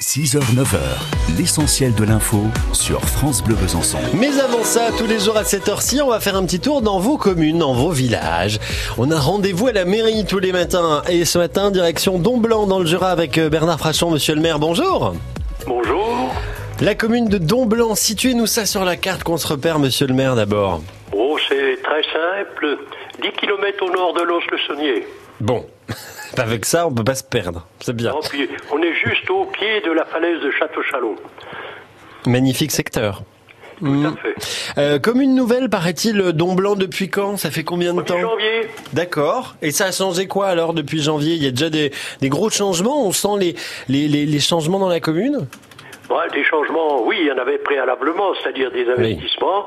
6h, 9h, l'essentiel de l'info sur France Bleu Besançon. Mais avant ça, tous les jours à cette heure-ci, on va faire un petit tour dans vos communes, dans vos villages. On a rendez-vous à la mairie tous les matins. Et ce matin, direction Don Blanc dans le Jura avec euh, Bernard Frachon. Monsieur le maire, bonjour. Bonjour. La commune de Don Blanc, situez-nous ça sur la carte qu'on se repère, monsieur le maire d'abord. Oh, c'est très simple. 10 km au nord de Lons-le-Saunier. Bon, avec ça, on peut pas se perdre. C'est bien. Oh, puis, on est juste au pied de la falaise de Château-Chalon. Magnifique secteur. Tout à fait. Euh, commune nouvelle, paraît-il, euh, Don Blanc depuis quand Ça fait combien de 1er temps janvier. D'accord. Et ça a changé quoi alors depuis janvier Il y a déjà des, des gros changements On sent les, les, les, les changements dans la commune Ouais, des changements, oui, il y en avait préalablement, c'est-à-dire des investissements.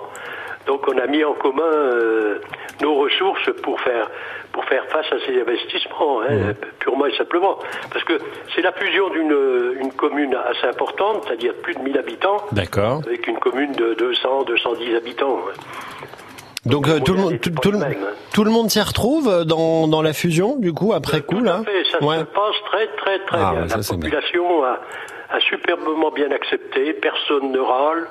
Donc on a mis en commun euh, nos ressources pour faire, pour faire face à ces investissements, hein, purement et simplement. Parce que c'est la fusion d'une une commune assez importante, c'est-à-dire plus de 1000 habitants, D'accord. avec une commune de 200, 210 habitants. hein. ouais. Donc euh, tout, le Oui, monde, c'est tout, pas tout le le- même, hein. tout le monde s'y retrouve euh, dans, dans la fusion, du coup, après coup, là Et ça Hein Ouais. se passe très très très Ah, bien. ouais, ça, la c'est bien. population a, a superbement bien accepté, personne ne râle,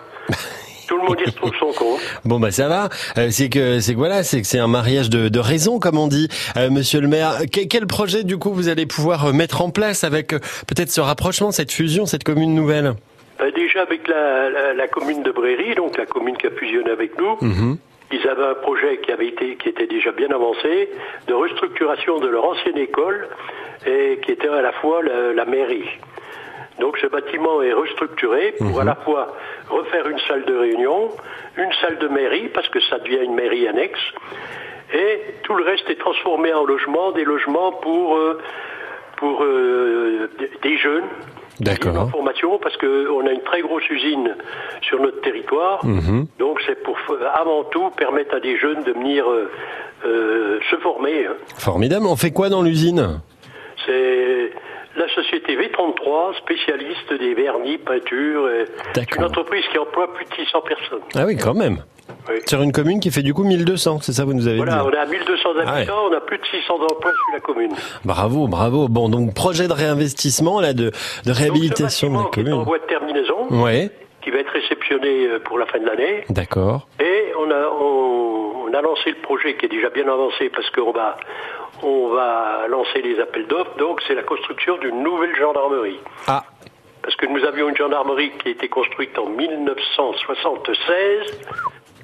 tout le monde y retrouve son compte. Bon, bah ça va. Euh, c'est que c'est que voilà, c'est que c'est un mariage de, de raison, comme on dit, Euh, monsieur le maire. que- quel projet, du coup, vous allez pouvoir euh, mettre en place avec euh, peut-être ce rapprochement, cette fusion, cette commune nouvelle Ben, déjà avec la, la- la commune de Bréry, donc la commune qui a fusionné avec nous, ils avaient un projet qui avait été qui était déjà bien avancé de restructuration de leur ancienne école et qui était à la fois la, la mairie. Donc ce bâtiment est restructuré pour à la fois refaire une salle de réunion, une salle de mairie parce que ça devient une mairie annexe et tout le reste est transformé en logement, des logements pour euh, pour euh, des- des jeunes. qui vivent D'accord. en formation parce qu'on a une très grosse usine sur notre territoire. Mhm. Donc c'est pour f- avant tout permettre à des jeunes de venir euh, euh, se former. hein. Formidable. On fait quoi dans l'usine C'est la société V33, spécialiste des vernis, peintures. et C'est une D'accord. entreprise qui emploie plus de 600 personnes. Ah oui, quand même. Oui. Sur une commune qui fait du coup 1200, c'est ça vous nous avez Voilà, dit on a 1200 Ah Eh ouais. habitants, on a plus de 600 emplois sur la commune. Bravo, bravo. Bon, donc projet de réinvestissement, là, de, de Donc, ce réhabilitation de la bâtiment qui est en commune. Mm. voie de terminaison, Ouais, qui va être réceptionné euh, pour la fin de l'année. d'accord. Et on a, on, on a lancé le projet qui est déjà bien avancé parce qu'on va, on va lancer les appels d'offres. Donc c'est la construction d'une nouvelle gendarmerie. Ah, Parce que nous avions une gendarmerie qui a été construite en 1976.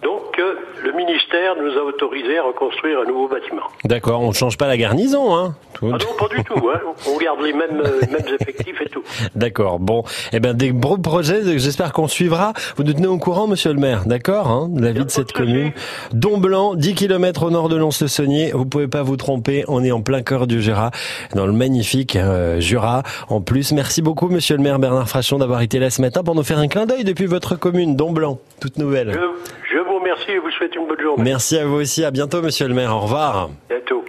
Donc euh, le ministère nous a autorisé à reconstruire un nouveau bâtiment. d'accord. On change pas la garnison, hein Tout- Ah non, pas du tout. hein. On garde les mêmes, euh, les mêmes effectifs et tout. D'accord. Bon, eh ben des gros projets. J'espère qu'on suivra. Vous nous tenez au courant, Monsieur le Maire, d'accord hein, de la vie de cette commune. Don Blanc, 10 km au nord de Lons-le-Saunier. Vous pouvez pas vous tromper. On est en plein cœur du Jura, dans le magnifique euh, Jura. En plus, merci beaucoup, Monsieur le Maire Bernard Frachon, d'avoir été là ce matin pour nous faire un clin d'œil depuis votre commune, Don Blanc, toute nouvelle. Je, je vous remercie et vous souhaite une bonne journée. Merci à vous aussi. À bientôt, Monsieur le Maire. Au revoir. À bientôt.